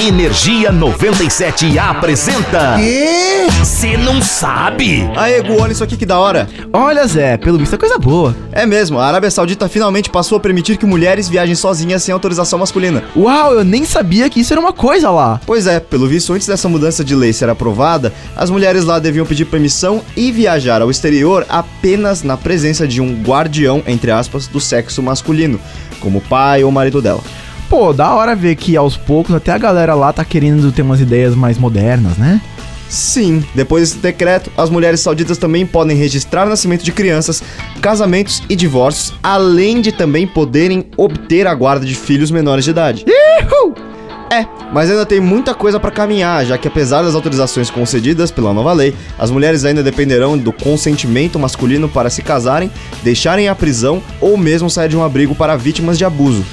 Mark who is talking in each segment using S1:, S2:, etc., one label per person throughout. S1: Energia 97 apresenta.
S2: Quê?
S1: Você não sabe?
S2: Aê, Gu, olha isso aqui que da hora.
S3: Olha, Zé, pelo visto é coisa boa.
S2: É mesmo, a Arábia Saudita finalmente passou a permitir que mulheres viajem sozinhas sem autorização masculina.
S3: Uau, eu nem sabia que isso era uma coisa lá.
S2: Pois é, pelo visto, antes dessa mudança de lei ser aprovada, as mulheres lá deviam pedir permissão e viajar ao exterior apenas na presença de um guardião, entre aspas, do sexo masculino, como o pai ou o marido dela.
S3: Pô, da hora ver que aos poucos até a galera lá tá querendo ter umas ideias mais modernas, né?
S2: Sim, depois desse decreto, as mulheres sauditas também podem registrar o nascimento de crianças, casamentos e divórcios, além de também poderem obter a guarda de filhos menores de idade. É, mas ainda tem muita coisa pra caminhar, já que apesar das autorizações concedidas pela nova lei, as mulheres ainda dependerão do consentimento masculino para se casarem, deixarem a prisão ou mesmo sair de um abrigo para vítimas de abuso.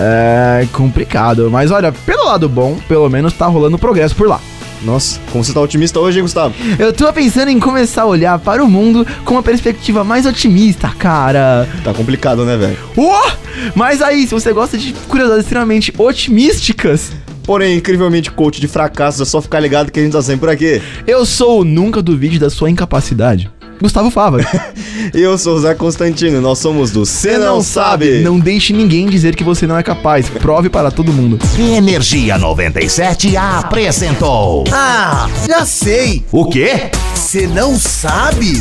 S3: É complicado, mas olha, pelo lado bom, pelo menos tá rolando progresso por lá.
S2: Nossa, como você tá otimista hoje, hein, Gustavo?
S3: Eu tô pensando em começar a olhar para o mundo com uma perspectiva mais otimista, cara.
S2: Tá complicado, né, velho?
S3: Oh! Mas aí, se você gosta de curiosidades extremamente otimísticas,
S2: Porém, incrivelmente coach de fracassos, é só ficar ligado que a gente tá sempre por aqui.
S3: eu sou o nunca duvide da sua incapacidade. Gustavo Fava.
S2: Eu sou o Zé Constantino, nós somos do Cê Não, Sabe.
S3: Não deixe ninguém dizer que você não é capaz. Prove para todo mundo.
S1: Energia 97 apresentou.
S4: Ah, já sei!
S1: O quê?
S4: Você não sabe?